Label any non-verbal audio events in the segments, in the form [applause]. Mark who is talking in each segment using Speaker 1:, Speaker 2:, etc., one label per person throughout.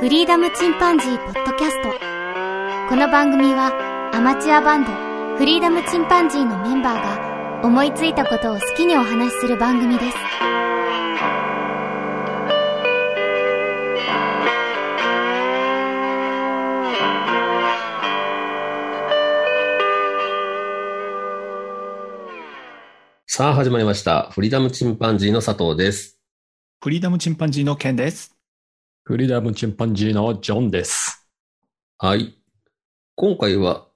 Speaker 1: フリーダムチンパンジーポッドキャストこの番組はアマチュアバンドフリーダムチンパンジーのメンバーが思いついたことを好きにお話しする番組です
Speaker 2: さあ始まりました。フリーダムチンパンジーの佐藤です。
Speaker 3: フリーダムチンパンジーのケンです。
Speaker 4: フリーダムチンパンジーのジョンです。
Speaker 2: はい。今回は、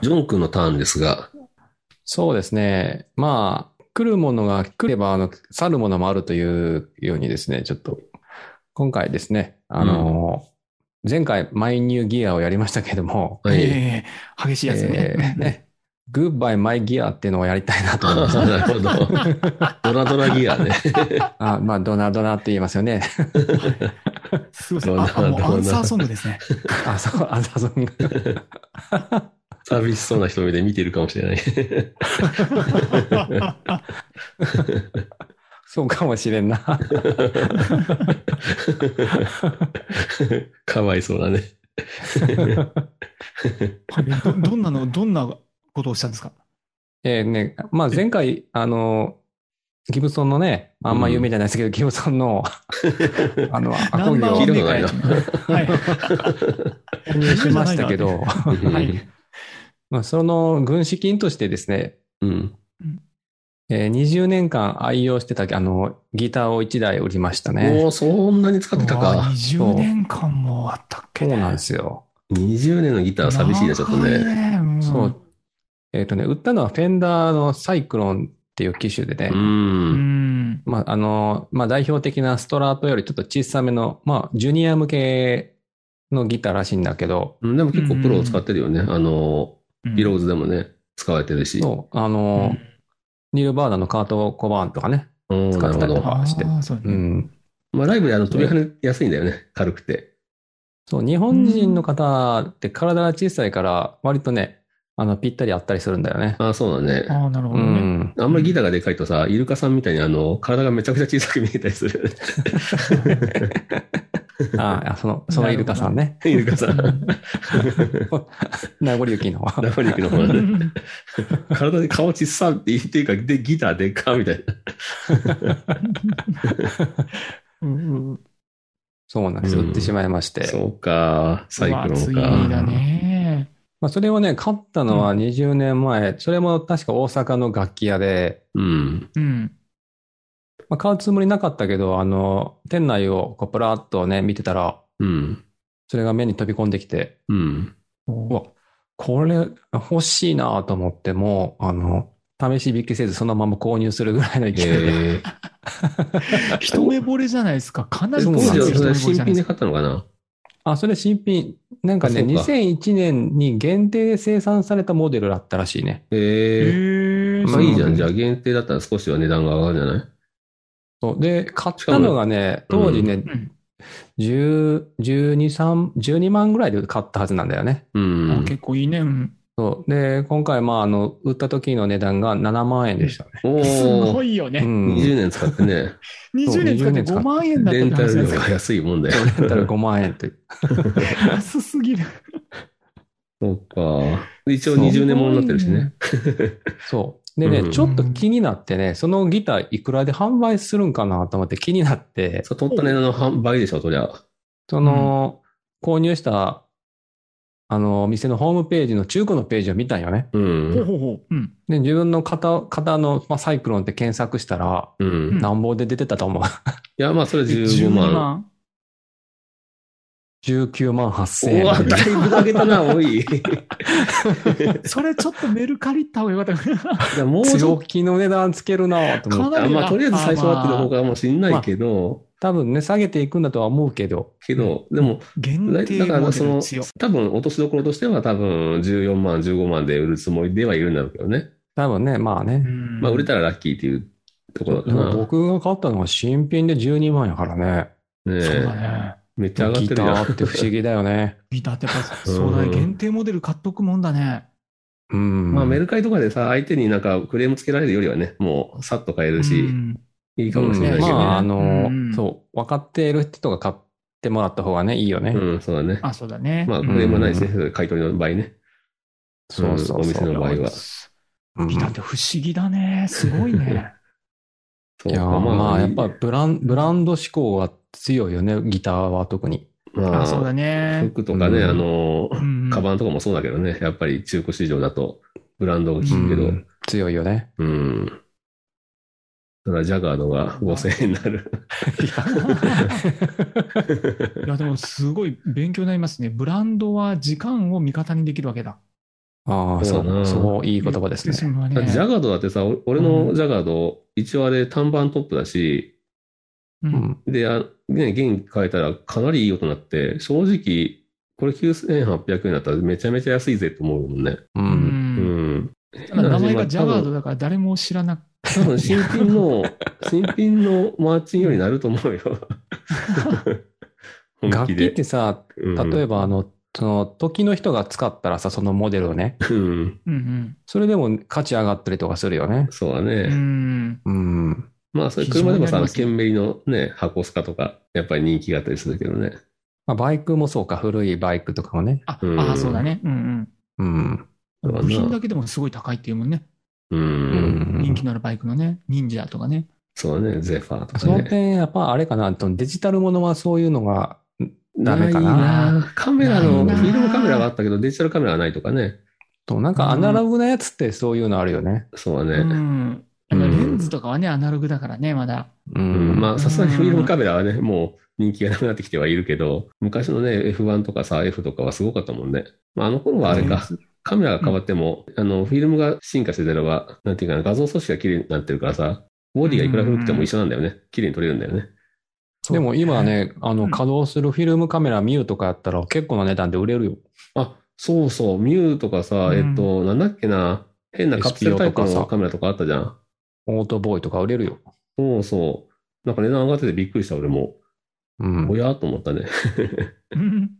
Speaker 2: ジョン君のターンですが、
Speaker 4: そうですね。まあ、来るものが来れば、あの、去るものもあるというようにですね、ちょっと、今回ですね、あの、前回、マイニューギアをやりましたけども、
Speaker 2: はい。
Speaker 3: ええ激しいやつね。
Speaker 4: [laughs] えーねグッバイマイギアっていうのをやりたいなと思い [laughs] ます。
Speaker 2: なるほど。ドラドラギアね。
Speaker 4: あまあ、ドナドナって言いますよね。
Speaker 3: すごいです
Speaker 2: どう
Speaker 3: ね。
Speaker 2: な
Speaker 3: [laughs] あ、あも
Speaker 2: どうな
Speaker 3: うアンサーソングですね。
Speaker 4: あ、そう、アンサーソング。
Speaker 2: 寂しそうな人目で見てるかもしれない。 [laughs]
Speaker 4: そうかもしれんな。 [laughs]
Speaker 2: かわいそうだね。
Speaker 3: どどんなの、どんなことをしたんですか
Speaker 4: えーね、まあ前回、あの、ギブソンのね、あんま有名じゃないですけど、ギブソンの、あの、アコギを
Speaker 2: 聞いたことないな
Speaker 3: はい。
Speaker 4: 購入しましたけど、
Speaker 3: [laughs] はい。
Speaker 4: まあその軍資金としてですね、
Speaker 2: うん。
Speaker 4: えー20年間愛用してた、あの、ギターを1台売りましたね。
Speaker 2: もうそんなに使ってた
Speaker 3: うわ
Speaker 2: か。
Speaker 3: 20年間もあったっけ。
Speaker 4: そうなんですすよ。
Speaker 2: 20年のギターは寂しいね、ちょっと
Speaker 3: 長
Speaker 2: ね。
Speaker 3: いね。うん
Speaker 4: そう。えっ、とね、売ったのはフェンダーのサイクロンっていう機種でね、
Speaker 2: うん
Speaker 3: う。ん。
Speaker 4: まあ、あの、まあ、代表的なストラートよりちょっと小さめの、まあ、ジュニア向けのギターらしいんだけど、
Speaker 2: うんでも結構プロを使ってるよね。あの、ビロー
Speaker 3: ズ。
Speaker 2: ズでもね、使われてるし。
Speaker 4: そう、あ
Speaker 3: う
Speaker 4: の、
Speaker 3: ん
Speaker 4: ニルバーナのカート・コバーンとかね。
Speaker 2: うんな
Speaker 4: 使っ
Speaker 2: るほ
Speaker 4: てたり
Speaker 2: ど
Speaker 4: と。かして
Speaker 3: あーそうね
Speaker 4: うん。
Speaker 2: まあライブであの飛び跳ねやすいんだよね。軽くて。
Speaker 4: そう、日本人の方って体が小さいから、割とね、あの、ぴったりあったりするんだよね。
Speaker 2: ああ、そうだね。
Speaker 3: あー、なるほ
Speaker 4: う
Speaker 3: どね。
Speaker 4: ん。
Speaker 2: あんまりギターがでかいとさ、イルカさんみたいにあの、体がめちゃくちゃ小さく見えたりするよ
Speaker 3: [laughs]
Speaker 2: ね。
Speaker 4: ああ、その、そのイルカさんね。
Speaker 2: イルカさん。
Speaker 4: 名残雪の。
Speaker 2: [laughs] ラファニックの方がね。体で顔小さって言っていうか、で、ギターでっかみたいな。
Speaker 4: [laughs] そうなんですよ。
Speaker 2: うん
Speaker 4: 売ってしまいまして。
Speaker 2: そうか、サイクロン
Speaker 3: うわついに
Speaker 2: か。
Speaker 3: だね。
Speaker 4: まあ、それをね、買ったのは20年前、それも確か大阪の楽器屋で、
Speaker 2: うん。
Speaker 3: うん。
Speaker 4: まあ、買うつもりなかったけど、あの、店内をこう、ぷらっとね、見てたら、
Speaker 2: うん。
Speaker 4: それが目に飛び込んできて、
Speaker 2: うん。
Speaker 4: うわ、これ欲しいなと思っても、あの、試し引きせずそのまま購入するぐらいの勢いで。
Speaker 2: え
Speaker 3: [laughs]
Speaker 2: ー、
Speaker 3: 一目惚れじゃないですか。かな
Speaker 2: え
Speaker 3: り
Speaker 2: 当
Speaker 3: 高
Speaker 2: 時
Speaker 3: 価
Speaker 2: はそれ
Speaker 3: 一目惚れ
Speaker 2: 新
Speaker 3: じゃな
Speaker 2: 品
Speaker 3: いで
Speaker 2: です
Speaker 3: か。
Speaker 2: 買ったのかな
Speaker 4: あ、それ新品。なんか
Speaker 2: あ
Speaker 4: ね、
Speaker 2: そうか
Speaker 4: 2001年に限定で生産されたモデルだったらしいね。
Speaker 2: ええ
Speaker 3: えー
Speaker 2: まあいいじゃん。じ
Speaker 3: ゃ
Speaker 2: ゃあ限定だったら少しは値段が上がるんじゃない
Speaker 4: そうで、買ったのがね、
Speaker 2: しかも
Speaker 4: 当時ね、
Speaker 3: ん
Speaker 4: 10 12、3 12万ぐらいで買ったはずなんだよね。
Speaker 2: う
Speaker 3: あ
Speaker 2: ん。
Speaker 3: 結構いいね。うん
Speaker 4: そう。で、今回、まあ、あの、売った時の値段が7万円
Speaker 2: [laughs]
Speaker 4: でしたね。
Speaker 2: お
Speaker 3: すご
Speaker 2: ー。
Speaker 3: いよ
Speaker 4: う
Speaker 3: ね。
Speaker 4: ん。
Speaker 2: 20年使ってね、
Speaker 3: 20年使って5万円だった
Speaker 2: レ
Speaker 3: って
Speaker 2: ンタル
Speaker 3: 話
Speaker 2: 料
Speaker 3: なんですか
Speaker 2: が安いもんだ
Speaker 4: そう
Speaker 2: よ。
Speaker 4: レンタル5万円という。
Speaker 3: 安すぎる。
Speaker 2: そうか。一応20年ものになってるしね。
Speaker 4: そう。でね、
Speaker 2: うん
Speaker 4: ちょっと気になってね、そのギターいくらで販売するんかなと思って気になって、
Speaker 2: そう取った値段の半倍でしょ、そりゃ。
Speaker 4: その、購入した、あの、店のホームページの中古のページを見たんよね。
Speaker 2: う。
Speaker 3: すごいね。ほうんほうほう。うん。
Speaker 4: で、自分の型、型の、まあ、サイクロンって検索したら、
Speaker 2: うん。い
Speaker 4: なんぼで出てたと思う。 [laughs]
Speaker 2: や、まあ、それ15
Speaker 3: 12
Speaker 2: 万。
Speaker 3: 万。
Speaker 4: 19万8000
Speaker 2: うわ、
Speaker 4: 円。
Speaker 2: だいぶ上げたな、多
Speaker 4: [laughs]
Speaker 2: い。
Speaker 3: それちょっとメルカリ行った方がよかったかな。
Speaker 2: いやもうちょ
Speaker 4: 強
Speaker 2: っ
Speaker 4: 気の値段つけるなと
Speaker 3: か
Speaker 4: 思っ
Speaker 2: と、
Speaker 4: て。
Speaker 2: あ
Speaker 3: なり
Speaker 2: まあ、とりあえず最初はって
Speaker 3: あまあ
Speaker 2: の方かもしんないけど、
Speaker 4: 多分ね、下げていくんだとは思うけど、
Speaker 2: けど、でも、だ
Speaker 3: 限定
Speaker 2: だか
Speaker 3: モ
Speaker 2: ら、
Speaker 3: デ
Speaker 2: そ
Speaker 3: ル
Speaker 2: の
Speaker 3: 強。、
Speaker 2: 多分、落としどころとしては、多分、14万、15万で売るつもりではいるんだろうけどね。
Speaker 4: 多分ね、まあね。
Speaker 2: まあ、売れた
Speaker 3: た。
Speaker 2: らラッキーっていうところだ
Speaker 4: でも
Speaker 2: な。
Speaker 4: 僕が買ったのは新品で12万やからね。
Speaker 2: ね
Speaker 3: そうだ
Speaker 2: え、
Speaker 3: ね。
Speaker 2: めっちゃ上がっ
Speaker 4: ギ
Speaker 2: て
Speaker 4: タ
Speaker 2: るや
Speaker 4: ーって不思議だよね。
Speaker 3: ギターってやっぱ、そうだ
Speaker 2: う
Speaker 3: ね。
Speaker 2: ん
Speaker 3: 限定モデル買っとくもんだね。
Speaker 4: うん。
Speaker 2: ん。まあ、メルカリとかでさ、相手になんかクレームつけられるよりはね、もう、さっと買える
Speaker 3: う
Speaker 2: し、
Speaker 3: ん
Speaker 2: いいかもしれないけ
Speaker 4: うんま
Speaker 2: ど
Speaker 4: あ、あ
Speaker 2: ね。
Speaker 4: の、
Speaker 3: うん
Speaker 4: そう、分かっている人が買ってもらった方がね、いいよね。
Speaker 2: うん、そうだね。
Speaker 3: あ、そうだね。
Speaker 2: まあ、
Speaker 3: う
Speaker 2: ク
Speaker 3: ん
Speaker 2: レームはないですね。それ買い取りの場合ね。
Speaker 4: そうそ
Speaker 2: ん
Speaker 4: う
Speaker 2: お
Speaker 4: そう。
Speaker 2: 店の場合は。
Speaker 4: うん
Speaker 3: ピタって不思議だね。すごいね。
Speaker 2: そう
Speaker 4: いやー
Speaker 2: まあ
Speaker 4: まあ、やっぱブランブランド志向は強いよね、ギターは特に。
Speaker 2: ま
Speaker 3: あ、
Speaker 2: あ、
Speaker 3: そうだね。
Speaker 2: 服とかね、
Speaker 4: うん
Speaker 2: あの、
Speaker 3: うんうん
Speaker 2: カバンとかもそうだけどね、やっぱり中古市場だと、ブランドが効
Speaker 4: う
Speaker 2: くけど、
Speaker 4: ん強いよね。
Speaker 2: うん。ただ、ジャガーのが5000円になる。
Speaker 3: いや、でもすごい勉強になりますね。ブランドは時間を味方にできるわけだ。
Speaker 4: ああ、そ
Speaker 2: そうだな
Speaker 4: う、そう、いい言葉ですね。
Speaker 3: [laughs] ね
Speaker 2: だってジャガードだってさ、お俺
Speaker 3: う
Speaker 2: の
Speaker 3: ん
Speaker 2: ジャガード、一応あれ単板トップだし、
Speaker 3: う
Speaker 4: うんん。
Speaker 2: で、あね、弦変えたらかなりいい音になって、正直、これ9800円だったらめちゃめちゃ安いぜと思うもんね。
Speaker 4: う。
Speaker 3: うんん。
Speaker 2: ん。
Speaker 3: ただ名前がジャガードだから誰も知らな
Speaker 2: 多分新品の、新品のマーチンよりなると思うよ。
Speaker 4: [laughs]
Speaker 2: 本
Speaker 4: 楽
Speaker 2: 気
Speaker 4: 器っ
Speaker 2: で。
Speaker 4: てさ、例えばあの、その時の人が使ったらさ、そのモデルをね、
Speaker 2: うん、うん
Speaker 3: うん
Speaker 4: それでも価値上がったりとかするよね。
Speaker 2: そうだ
Speaker 3: うん。う
Speaker 2: ね。
Speaker 3: ん。
Speaker 4: うん。
Speaker 2: まあ、それ車でも
Speaker 3: 非常
Speaker 2: さ、
Speaker 3: にありますね
Speaker 2: ケンメリのね、箱スカとか、やっぱり人気があったりするけどね。
Speaker 4: まあ、バイクもそうか、古いバイクとかもね。
Speaker 3: あ、
Speaker 2: うん
Speaker 3: あそうだね。うん
Speaker 4: うん。
Speaker 3: う
Speaker 2: そうだな
Speaker 3: ん。部品だけでもすごい高いっていうもんね。
Speaker 2: うん。
Speaker 4: うん
Speaker 3: 人気のあるバイクのね、忍者とかね。
Speaker 2: そうだね、ゼファーと
Speaker 4: そ
Speaker 2: か
Speaker 4: の
Speaker 2: ね。
Speaker 4: 点、やっぱあれかな、デジタルものはそういうのがダメか
Speaker 2: い
Speaker 4: な。
Speaker 2: なカメラの、フ
Speaker 4: ないな
Speaker 2: ィルムカメラがあったけど、デジタルカメラはないとかね。
Speaker 4: となんかアナログなやつってそういうのあるよね。
Speaker 2: そう
Speaker 3: う
Speaker 2: だね。
Speaker 3: ん。やっぱりレンズとかはね、アナログだからね、まだ。
Speaker 4: う
Speaker 2: うん
Speaker 4: ん。
Speaker 2: まあ、さすがにフィルムカメラはね、もう人気がなくなってきてはいるけど、昔のね、F1 とかさ、F とかはすごかったもんね。まあ、あの頃はあれか、カメラが変わっても、あの、フィルムが進化してたらば、なんていうかな、画像素子が綺麗になってるからさ、ボディがいくら古くても一緒なんだよね。綺麗に撮れるんだよね。
Speaker 4: でも今ね、あ
Speaker 3: う
Speaker 4: の、
Speaker 3: ん
Speaker 4: 稼働するフィルムカメラミューとかやったら結構な値段で売れるよ。
Speaker 2: あ、そうそう、ミューとかさ、
Speaker 3: うん
Speaker 2: えっと、なんだっけな、変なカプセルタイプ
Speaker 4: SPO とか
Speaker 2: の
Speaker 4: さ
Speaker 2: カメラとかあったじゃん。
Speaker 4: オートボーイとか売れるよ。
Speaker 2: そうそう。なんか値段上がっててびっくりした、俺も。
Speaker 4: うん
Speaker 2: お。やーと思ったね。
Speaker 3: うん。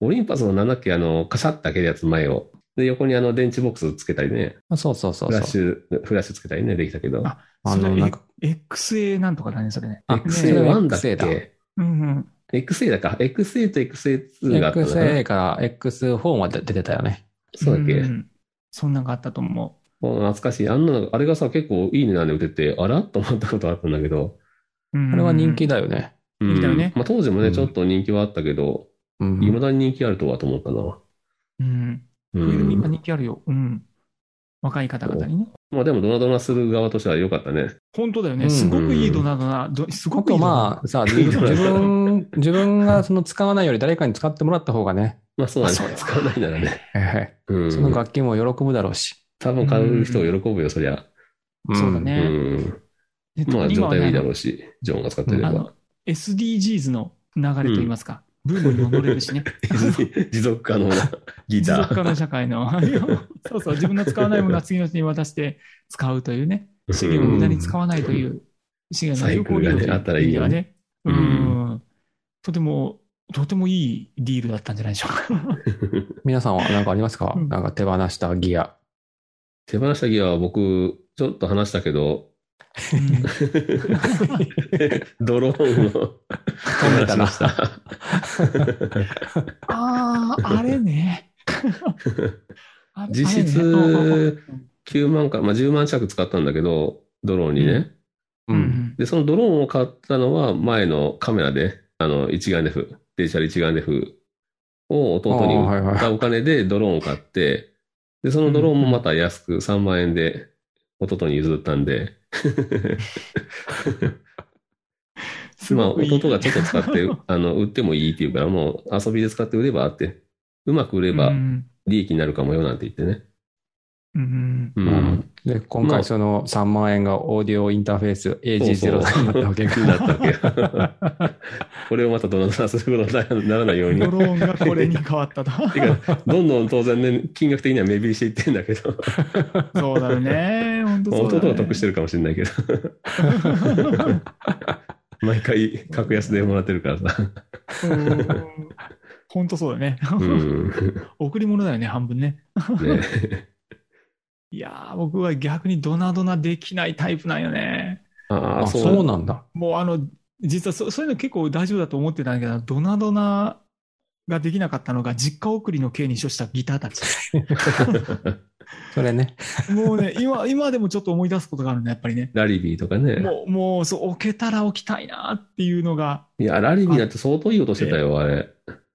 Speaker 2: オリンパスのなんだっけ、あの、カシャって開けるやつ前を。で、横にあの、電池ボックスつけたりね。
Speaker 4: そうそうそう
Speaker 2: フラッ
Speaker 4: そう。
Speaker 2: シュ、フラッシュつけたりね、できたけど。
Speaker 3: あ、
Speaker 4: あ
Speaker 3: そ
Speaker 4: の、
Speaker 3: れ
Speaker 4: なん
Speaker 3: は
Speaker 4: か、
Speaker 3: XA なんとかだね、それね。
Speaker 4: あ
Speaker 2: XA1 だっ
Speaker 4: XA だ
Speaker 2: け
Speaker 3: うんうん。
Speaker 2: ?XA だか。XA と XA2 があったのかな。
Speaker 4: XA から X4 まで出てたよね。
Speaker 2: そうだっけ、
Speaker 3: んそんなんがあったと思
Speaker 2: もう懐かしい。あんなの、あれがさ、結構いい値段で売ってて、あらと思ったことあったんだけど。
Speaker 3: う。うん
Speaker 4: あれは人気だよね。
Speaker 2: うん
Speaker 3: 人気だよね
Speaker 2: まあ、当時も
Speaker 4: う
Speaker 2: ね、
Speaker 4: ん
Speaker 2: ちょっと人気はあったけど、
Speaker 4: うん。
Speaker 2: いまだに人気あるとはと思ったな。
Speaker 3: うん。
Speaker 2: う
Speaker 3: フィルム今
Speaker 2: ん、
Speaker 3: 人気あるよ。うん。若い方々にね。
Speaker 2: まあでも、ドナドナする側としては良かったね。
Speaker 3: 本当だよ
Speaker 4: う
Speaker 3: ね。
Speaker 4: ん
Speaker 3: すごくいいドナドナ。どすご
Speaker 4: あ
Speaker 3: くい
Speaker 4: と
Speaker 3: いドナ
Speaker 4: まあさ、自自分、自分がその使わないより誰かに使ってもらった方がね、
Speaker 2: まあそうだ
Speaker 3: あそう
Speaker 2: ね。
Speaker 3: だ
Speaker 2: 使わ [laughs] ないならね。
Speaker 4: ええ
Speaker 2: うん。
Speaker 4: その楽器も喜ぶだろうし。
Speaker 2: 多分買う人を喜ぶよ、そりゃ。
Speaker 4: ん
Speaker 3: そうだね
Speaker 2: う
Speaker 3: え
Speaker 2: ん。
Speaker 3: で
Speaker 2: まあ状態はいいだろ
Speaker 3: う。
Speaker 2: うし、ジョンが使ってれ
Speaker 3: あ
Speaker 2: ば。
Speaker 3: の、SDGs の流れといいますか。ブームに戻れるしね。
Speaker 2: [laughs] 持続可能
Speaker 3: [laughs]
Speaker 2: なギ
Speaker 3: 持
Speaker 2: タ
Speaker 3: 続
Speaker 2: ー。
Speaker 3: 可能社会の。 [laughs] そうそう。自分の使わないものは次の人に渡して使うというね。資源を無駄に使わないという、資源の有効利用とい
Speaker 2: サイクル
Speaker 3: う
Speaker 2: がねあったらいいよ
Speaker 3: ね。う
Speaker 2: うん
Speaker 3: ん。とても、とてもいいディールだったんじゃないでしょう
Speaker 2: [laughs]
Speaker 3: か。
Speaker 4: 皆さんは何かありますか
Speaker 3: うん
Speaker 4: なんか手放したギア。
Speaker 2: 手放したギアは僕、ちょっと話したけど、 [laughs] ドローンを
Speaker 4: 飛んでたな
Speaker 2: 話し
Speaker 3: [laughs]
Speaker 2: ました。
Speaker 3: ああ、あれね。あ
Speaker 2: [laughs]
Speaker 3: れ
Speaker 2: 実質
Speaker 3: あれねうん
Speaker 2: 9万か、まあ、10万弱使ったんだけど、ドローンにね。
Speaker 3: うん
Speaker 4: [laughs] う。
Speaker 3: うんん
Speaker 2: で、そのドローンを買ったのは前のカメラで、あの、一眼レフ、デジタル一眼レフを弟に
Speaker 4: あーはいはい
Speaker 2: 売ったお金でドローンを買って、で、そのドローンもまた安く3万円で弟に譲ったんで、
Speaker 3: す
Speaker 2: まあ
Speaker 3: ごくいい
Speaker 2: 弟がちょっと使って、あの、売ってもいいっていうから、もう遊びで使って売ればって、うまく売れば
Speaker 3: うん
Speaker 2: 利益になるかもよなんて言ってね。
Speaker 3: うん
Speaker 2: う。
Speaker 4: うんんで、今回その3万円がオーディオインターフェース
Speaker 2: そう
Speaker 4: AG0
Speaker 2: そう
Speaker 4: だったわけか。
Speaker 2: だったわけ。 [laughs] これをまたドナドナすることにならないように
Speaker 3: ド。ローンがこれに変わ
Speaker 2: [laughs]
Speaker 3: ったと。
Speaker 2: てか、どんどん当然ね、金額的には目減りしていってんだけど、
Speaker 3: そうだよね。本当
Speaker 2: まあ
Speaker 3: そうだ、ね。
Speaker 2: 弟は得してるかもしれないけど、 [laughs] 毎回格安でもらってるから
Speaker 3: [laughs]
Speaker 2: さ。
Speaker 3: [laughs] うん本当そうだね。
Speaker 2: うん。
Speaker 3: 贈り物だよね、半分ね。 [laughs]
Speaker 2: ね
Speaker 3: いやー、僕は逆にドナドナできないタイプなんよね。
Speaker 2: あ
Speaker 4: あ、
Speaker 2: [laughs] あ、
Speaker 4: そう
Speaker 2: そう
Speaker 4: なんだ。
Speaker 3: もうあの、実はそそういうの結構大丈夫だと思ってたんだけど、ドナドナができなかったのが、実家送りの刑に処したギターたち。
Speaker 4: それね。
Speaker 3: もうね、 [laughs] 今、今でもちょっと思い出すことがあるね、やっぱりね。
Speaker 2: [laughs] ラリビーとかね。
Speaker 3: もう、もう、そう、置けたら置きたいなっていうのが、
Speaker 2: いや、ラリビーだって相当いい音してたよ、あれ。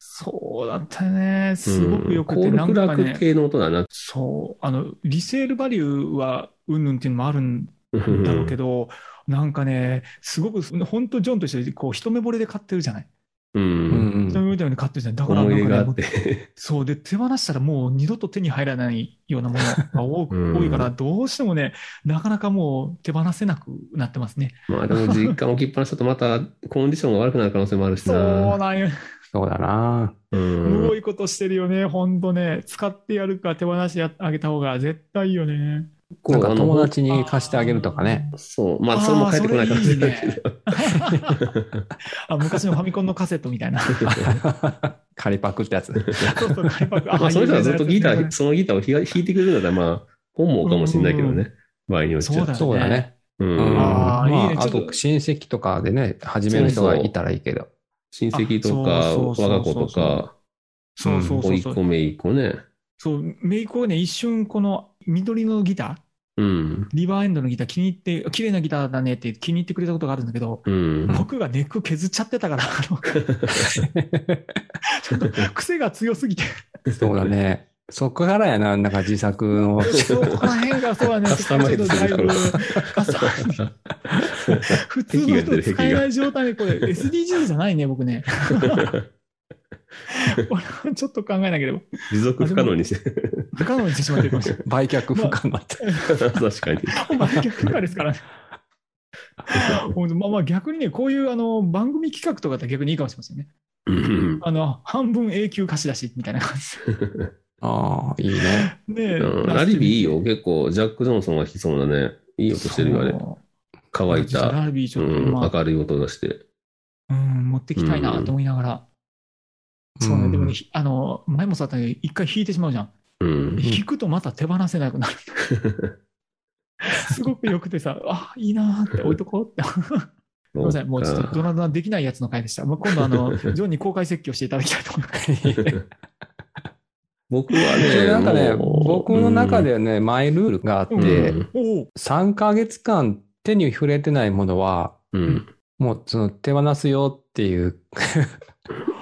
Speaker 3: そうだったよね。すごくよく
Speaker 2: コ
Speaker 3: て、
Speaker 2: ー
Speaker 3: な
Speaker 2: ル
Speaker 3: ん
Speaker 2: クラ
Speaker 3: か
Speaker 2: ーク
Speaker 3: ね、
Speaker 2: 系の音だな。
Speaker 3: そう、あの、リセールバリューは、うんぬんっていうのもあるんだろうけど、なんかね、すごく、本当ジョンと一緒で、こう、一目惚れで買ってるじゃない。
Speaker 2: う。
Speaker 4: うんん
Speaker 3: 一
Speaker 4: うん。
Speaker 3: 目惚れのように買ってるじゃない。だから、
Speaker 2: 思い
Speaker 3: な
Speaker 2: 入
Speaker 3: ん
Speaker 2: れが
Speaker 3: か
Speaker 2: あ
Speaker 3: ね
Speaker 2: っ、て。
Speaker 3: そうで、手放したらもう二度と手に入らないようなものが多く
Speaker 2: うん
Speaker 3: 多いから、どうしてもね、なかなかもう手放せなくなってますね。
Speaker 2: [laughs] まあでも実家置きっぱなしだとまたコンディションが悪くなる可能性もあるし
Speaker 3: そう
Speaker 2: な。
Speaker 3: なんよ。
Speaker 4: そうだな。
Speaker 2: う
Speaker 3: むご
Speaker 2: ん。
Speaker 3: いことしてるよね、ほんとね。使ってやるか手放してやあげた方が絶対いいよね。
Speaker 4: なんか
Speaker 2: あの
Speaker 4: 友達に貸してあげるとかね。
Speaker 2: そう。まあそれも帰ってこないかもしれないけど。
Speaker 3: [laughs] あ、昔のファミコンのカセットみたい
Speaker 2: [laughs]
Speaker 3: な。
Speaker 4: 仮パクってやつ。
Speaker 3: そうそう、海パク。
Speaker 2: まあ、その人はずっとギタ
Speaker 3: 有名な
Speaker 2: ー、
Speaker 3: やつね
Speaker 2: そのギターを弾い弾いてくれるんだったら、まあ、本望かもしれないけどね。場合によっちゃ。
Speaker 3: そうだ
Speaker 4: そうだね。
Speaker 2: う
Speaker 4: うんん。ま
Speaker 3: あーいいね
Speaker 4: あ、あ
Speaker 3: ちょっ
Speaker 4: と
Speaker 3: と
Speaker 4: 親戚とかでね、始める人がいたらいいけど。
Speaker 2: 親戚と
Speaker 3: あ
Speaker 2: か、
Speaker 3: そうそうそうそ
Speaker 2: 我
Speaker 3: う
Speaker 2: が子とか、
Speaker 3: そうそうそ
Speaker 2: 甥
Speaker 3: う
Speaker 2: っ
Speaker 3: そう
Speaker 2: 子、。姪っ子ね。
Speaker 3: そう、メイクをね、一瞬この緑のギター、
Speaker 2: うん。
Speaker 3: リバーエンドのギター気に入って、綺麗なギターだねって気に入ってくれたことがあるんだけど、
Speaker 2: うん。
Speaker 3: 僕がネック削っちゃってたから、あのちょっと癖が強すぎて、
Speaker 4: [laughs] そうだね。そこからやな、なんか自作の。
Speaker 3: そこら辺がそうだね、
Speaker 2: カスタマイズするから
Speaker 3: ちょっとだいぶカスタマイズ普通の人使えない状態で、
Speaker 2: [laughs]
Speaker 3: これ SDGs じゃないね、僕ね。これはちょっと考えなければ、
Speaker 2: 持続不可能に
Speaker 3: [laughs]
Speaker 2: して。
Speaker 3: 不可能にしてしまってるかもしれない。
Speaker 4: [laughs] 売却不可になって。
Speaker 2: 確かに。
Speaker 3: 売却不可ですからね。ほんとまあまあ逆にね、こういうあの番組企画とかって逆にいいかもしれませんね。
Speaker 2: うん
Speaker 3: あの、半分永久貸し出しみたいな感じ
Speaker 4: ああ、いいね。
Speaker 3: で。ねえ
Speaker 2: うんラリビーいいよ。結構、ジャック・ジョンソンが弾きそうなね。いい音してるよ、あれ。
Speaker 3: そう
Speaker 2: 乾いた、
Speaker 3: ラリビーち
Speaker 2: う
Speaker 3: ょっと、
Speaker 2: ん、
Speaker 3: まあ、
Speaker 2: 明るい音出して。
Speaker 3: うん、持ってきたいなと思いながら。そうね、でもね、ひあの、前もそうだったけど、一回弾いてしまうじゃん。 [laughs]
Speaker 2: うん。
Speaker 3: 弾くとまた手放せなくなる。すごく良くてさ、あ、いいなーって置いとこうって。ごめんなさい、もうちょっ
Speaker 2: [laughs]
Speaker 3: とドナドナできないやつの回でした。まあ、今度あの、ジョンに公開説教していただきたいと思います。
Speaker 2: 僕は
Speaker 4: そ
Speaker 2: ね、
Speaker 4: れなんかね、
Speaker 2: もう
Speaker 4: 僕の中ではね、マイルールがあっ
Speaker 3: うん
Speaker 4: て、
Speaker 3: おお
Speaker 4: 3ヶ月間手に触れてないものは、
Speaker 2: うんうん
Speaker 4: もうその手放すよっていう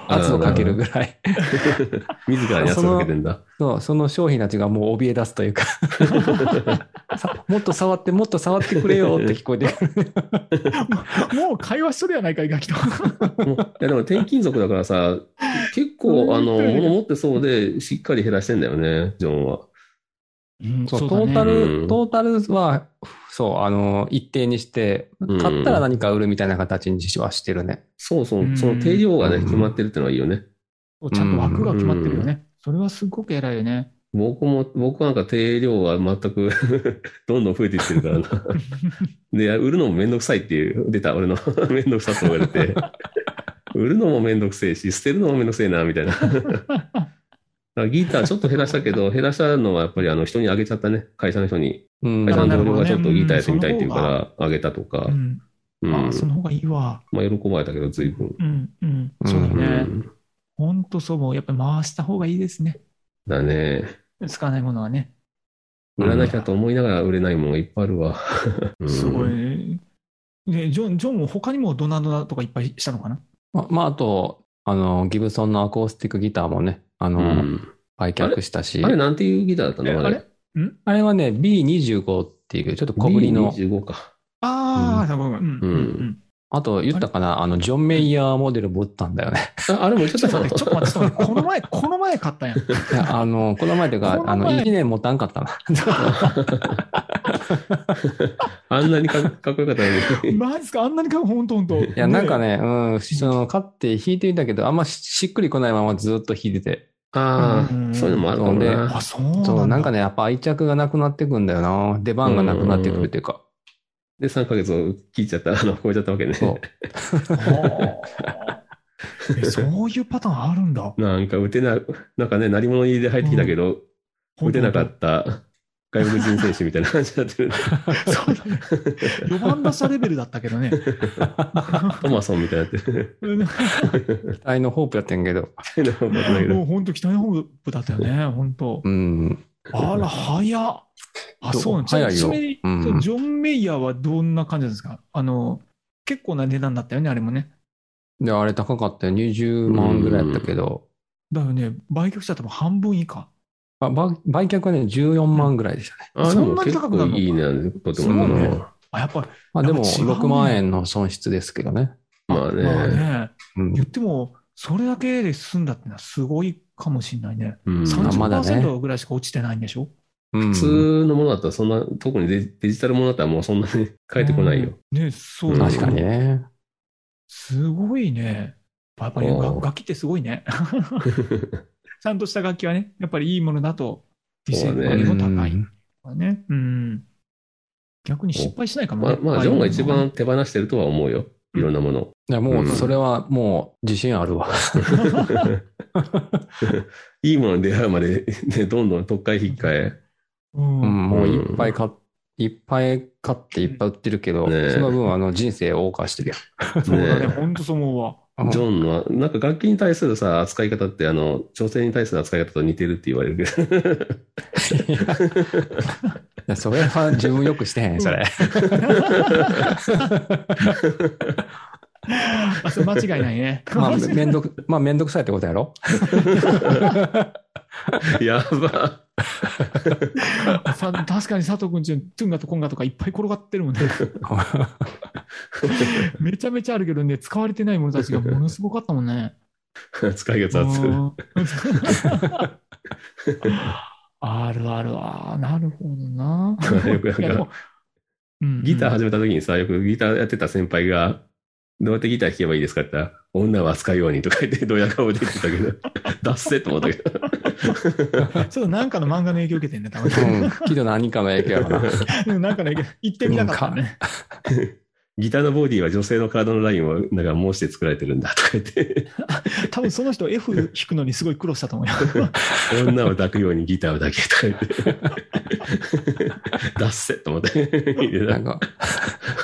Speaker 4: 圧をかけるぐら
Speaker 2: [laughs]
Speaker 4: い。
Speaker 2: 自らに圧をかけてんだ。
Speaker 4: そう、その商品たちがもう怯え出すという
Speaker 2: [laughs]
Speaker 4: かさもっと触って、もっと触ってくれよって聞こえて
Speaker 2: [laughs]
Speaker 4: くる。
Speaker 3: もう会話しとるやないかい、ガキと。
Speaker 2: もういやでも転勤族だからさ、結構、あの、物持ってそうで、しっかり減らしてんだよね、ジョンは。
Speaker 4: そうトータ
Speaker 2: うん
Speaker 4: ル、トータルは、そう、あの、一定にして、
Speaker 2: うん
Speaker 4: 買ったら何か売るみたいな形にはしてるね。
Speaker 2: そうそうう、
Speaker 3: ん
Speaker 2: その定量がね、
Speaker 4: うん
Speaker 2: 決まってるってのはいいよね。
Speaker 3: ちゃんと枠が決まってるよね。それはすごく偉いよね。
Speaker 2: 僕も、僕なんか定量は全く、 [laughs] どんどん増えていってるからな。で、売るのもめんどくさいっていう、出た、俺の [laughs] めんどくさそう言われて。売るのもめんどくせえし、捨てるのもめんどくせえな、みたいな。だからギターちょっと減らしたけど、減らしたのはやっぱりあの人にあげちゃったね。会社の人に。
Speaker 4: うん。
Speaker 2: 会
Speaker 3: だ
Speaker 2: 社
Speaker 3: か
Speaker 2: の
Speaker 3: ら
Speaker 2: 同僚がちょっとギターやってみたいっていう
Speaker 3: なる
Speaker 2: から、あげたとか
Speaker 3: う。ん。
Speaker 2: うん。
Speaker 3: あその方がいいわ。
Speaker 2: まあ、喜ばれたけど、随分。
Speaker 3: うん、うん。そうだね。ほんとそう思う。やっぱり回した方がいいですね。
Speaker 2: だね。
Speaker 3: 使わないものはね。
Speaker 2: 売らなきゃと思いながら売れないものがいっぱいあるわ。うん
Speaker 3: すごい。ね。で、ジョン、ジョンも他にもドナドナとかいっぱいしたのかな
Speaker 4: ままあ、あと、あの、ギブソンのアコースティックギターもね、あ
Speaker 2: う
Speaker 4: の、
Speaker 2: ん。
Speaker 4: 売却したし、
Speaker 2: あれ、なんていうギターだった
Speaker 3: え
Speaker 2: のあ
Speaker 3: あ
Speaker 2: れ
Speaker 3: れ。
Speaker 4: あれはね、B25 っていう、ちょっと小ぶりの、
Speaker 2: B25 か。
Speaker 3: ああ、ごめんうん。うんうん
Speaker 4: あと言ったかな、あの、ジョン・メイヤーモデル持ったんだよね。
Speaker 2: [laughs] あ、あれもちょっ
Speaker 3: ちょ
Speaker 2: と
Speaker 3: っと待って、ちょっと待って、ちょっと待ってこの前、 [laughs] この前買ったやん。
Speaker 4: いやあの、この前というか、
Speaker 3: こ
Speaker 4: あ
Speaker 3: の
Speaker 4: の、
Speaker 3: 前
Speaker 4: 1年持たんかったな。
Speaker 2: あんなにかかっこよかったのに。
Speaker 3: マジっすかあんなに [laughs] 買うほんとほんと。
Speaker 4: いや、なんかね、うん、その、買って弾いてみたけど、あんまししっくりこないままずっと弾いてて。
Speaker 2: あ
Speaker 3: う
Speaker 2: あ、
Speaker 3: ん
Speaker 2: そういうのもあるかも
Speaker 4: そう
Speaker 3: え。
Speaker 2: な
Speaker 3: あ、。そうなんだ。
Speaker 4: そう、なんかね、やっぱ愛着がなくなってくんだよな。出番がなくなってくるというか。
Speaker 2: で、3ヶ月を切っちゃった、あの、超えちゃったわけね。
Speaker 4: そう。
Speaker 3: はあ [laughs] えそういうパターンある
Speaker 4: [laughs]
Speaker 3: んだ。
Speaker 2: なんか、打てな、なんかね、何者入りで入ってきたけど、打てなかった外国人選手みたいな感じにな
Speaker 3: [laughs]
Speaker 2: ってるんで
Speaker 3: そうだね。4番打者レベルだったけどね。
Speaker 2: トマソンみたいになって
Speaker 3: [laughs]
Speaker 2: る。 [laughs]
Speaker 4: 期待のホープやってんけど。
Speaker 2: なんかわかんないけ
Speaker 3: も
Speaker 2: ど
Speaker 3: う本当北日本部だったよね、本当。
Speaker 4: うん。
Speaker 3: あら、早っ。あ、そうなんです
Speaker 4: 早いよ
Speaker 3: ちなみに
Speaker 4: うん
Speaker 3: ジョン・メイヤーはどんな感じなんですかあの、結構な値段だったよね、あれもね。
Speaker 4: で、あれ高かったよ。20万ぐらいやったけど。
Speaker 3: だよね、売却したら多分半分以下。
Speaker 4: あば売却はね、14万ぐらいでしたね。
Speaker 2: あ、で
Speaker 3: そん
Speaker 2: も
Speaker 3: なに
Speaker 2: 結
Speaker 3: 高くな
Speaker 2: 構
Speaker 3: るの
Speaker 2: いいね、とても
Speaker 3: すごいね
Speaker 2: な。
Speaker 3: あ、やっぱり、
Speaker 4: まあでも、
Speaker 3: やっぱ違うね
Speaker 4: 6万円の損失ですけどね。
Speaker 2: まあね。
Speaker 3: まあね、
Speaker 4: うん。
Speaker 3: 言っても、それだけで済んだってのはすごいかもしれないね。
Speaker 2: うん
Speaker 4: あまだね
Speaker 3: 30%ぐらいしか落ちてないんでしょ
Speaker 4: うん
Speaker 2: 普通のものだったら、そんな、特にデジデジタルものだったらもうそんなに返ってこないよ。。
Speaker 3: うんね、そうだ
Speaker 4: 確かにね。
Speaker 3: すごいね。やっぱり
Speaker 2: お
Speaker 3: が
Speaker 2: ー
Speaker 3: 楽器ってすごいね。ちゃんとした楽器はね、やっぱりいいものだと、実際の
Speaker 2: そ
Speaker 3: 割
Speaker 2: う
Speaker 3: も高い
Speaker 4: うん
Speaker 3: からね。うん。逆に失敗しないかも
Speaker 2: まあ、
Speaker 3: ね。
Speaker 2: まあ、ジョンが一番手放してるとは思うよ。いろんなもの
Speaker 3: [laughs]
Speaker 2: を。
Speaker 4: いや、もう、
Speaker 2: うん
Speaker 4: それはもう、自信あるわ。
Speaker 2: いいものに出会うまで、ね、どんどん特会引っ換
Speaker 3: うん。
Speaker 4: う
Speaker 3: うん
Speaker 4: ん、もういっぱい買っいっぱい買っていっぱい売ってるけど、
Speaker 2: ねえ
Speaker 4: その分あの人生を謳歌してるよ。
Speaker 3: そうだ
Speaker 2: ね
Speaker 3: ね、本当そう思うわ。 [laughs]
Speaker 2: え。ジョンの、なんか楽器に対するさ、扱い方って、あの、女性に対する扱い方と似てるって言われるけど。
Speaker 4: いやそれは自分よくしてへん、それ。
Speaker 3: あ、それ [laughs] 間違いないね。
Speaker 4: まあ、めんどく、まあ、めんどくさいってことやろ
Speaker 3: [laughs]
Speaker 2: やば。
Speaker 3: さ確かに佐藤君ちのトゥンガとコンガとかいっぱい転がってる
Speaker 2: [laughs]
Speaker 3: もんね。めちゃめちゃあるけどね、使われてないもの
Speaker 2: [laughs]
Speaker 3: たちがものすごかったもんね。
Speaker 2: 使い方
Speaker 3: う
Speaker 2: はず
Speaker 3: ん [laughs] あるあるわ。なるほどな。
Speaker 2: [laughs] よくなん
Speaker 3: い
Speaker 2: か
Speaker 3: やでも、うん
Speaker 2: ギター始めた時にさ、よくギターやってた先輩が、どうやってギター弾けばいいですかって言ったら、女は扱うようにとか言って、ドヤ顔で言ってたけど、 [laughs] 出せと思ったけど。
Speaker 3: ちょっとなんかの漫画の影響受けてんね、多
Speaker 4: う
Speaker 3: 分。
Speaker 4: ん、きっと何かの影響やろな。
Speaker 3: うん、なんかの影響、行ってみたかったね。
Speaker 2: ギターのボディは女性の体のラインをなんか申して作られてるんだとか言って、
Speaker 3: 多分その人 F 弾くのにすごい苦労したと
Speaker 2: [laughs]
Speaker 3: 思うよ。 [laughs]
Speaker 2: 女を抱くようにギターを抱けとか言って、出せと思って入れ
Speaker 4: [laughs] な
Speaker 2: た
Speaker 4: んか、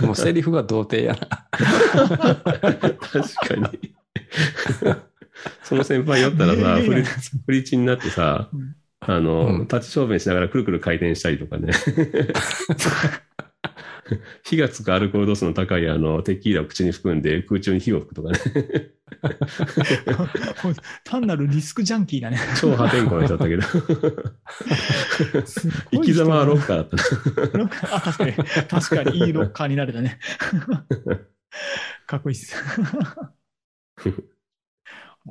Speaker 4: もうセリフが童貞やな。
Speaker 2: 確かに。その先輩酔ったらさ、
Speaker 3: ねえ
Speaker 2: フリフリチになってさ
Speaker 3: うん、
Speaker 2: あの、
Speaker 4: うん
Speaker 2: 立ち小便しながらくるくる回転したりとか
Speaker 3: [laughs]
Speaker 2: ね。火がつくアルコール度数の高いあのテキーラを口に含んで空中に火を吹くと
Speaker 3: [laughs]
Speaker 2: かね。
Speaker 3: もう単なるリスクジャンキ
Speaker 2: [laughs]
Speaker 3: ーだね。
Speaker 2: 超破天荒な人だったけ
Speaker 3: [laughs]
Speaker 2: ど。生き様はロッカーだったね。
Speaker 3: ロッカーあ [laughs] 確かに、確かにいいロッカーになれたね。かっこい
Speaker 2: [laughs]
Speaker 3: いっす。あ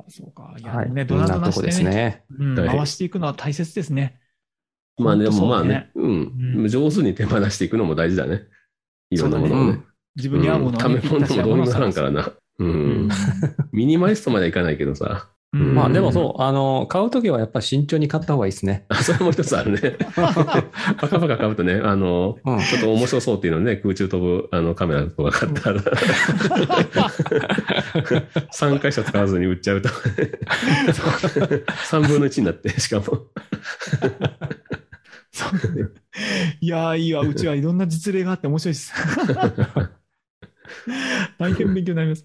Speaker 3: そうか。いや、
Speaker 4: はい。
Speaker 3: ね、
Speaker 4: こ
Speaker 3: ド
Speaker 4: ん
Speaker 3: ナ
Speaker 4: な
Speaker 3: ルドな
Speaker 4: と
Speaker 3: し
Speaker 4: こで
Speaker 3: ですね
Speaker 4: ね。
Speaker 3: うん、
Speaker 2: はい
Speaker 3: 回していくのは大切ですね。
Speaker 2: まあでもまあね、う
Speaker 3: うん
Speaker 2: ん。上手に手放していくのも大事だね。いろんなも
Speaker 4: う
Speaker 2: のをね
Speaker 4: ん。。
Speaker 3: 自
Speaker 2: う
Speaker 3: 分に合うも
Speaker 2: ん
Speaker 3: の
Speaker 2: た
Speaker 3: ね
Speaker 2: めものもどうにもならんから。な。う。
Speaker 3: うん
Speaker 2: ミニマリストまではいかないけどさ。 [laughs] うん
Speaker 4: まあでもそう、あの、買うときはやっぱ慎重に買った方がいいですね。
Speaker 2: あ、 [laughs] それも一つあるね。バカバカ買うとね、あの、
Speaker 4: うん。
Speaker 2: ちょっと面白そうっていうのね、空中飛ぶあのカメラとか買ったら、3回しか使わずに売っちゃうと、3分の1になって、しかも。
Speaker 3: そうねいやー、いいわ。うちはいろんな実例があって面白
Speaker 2: [laughs]
Speaker 3: いです。大変勉強になります。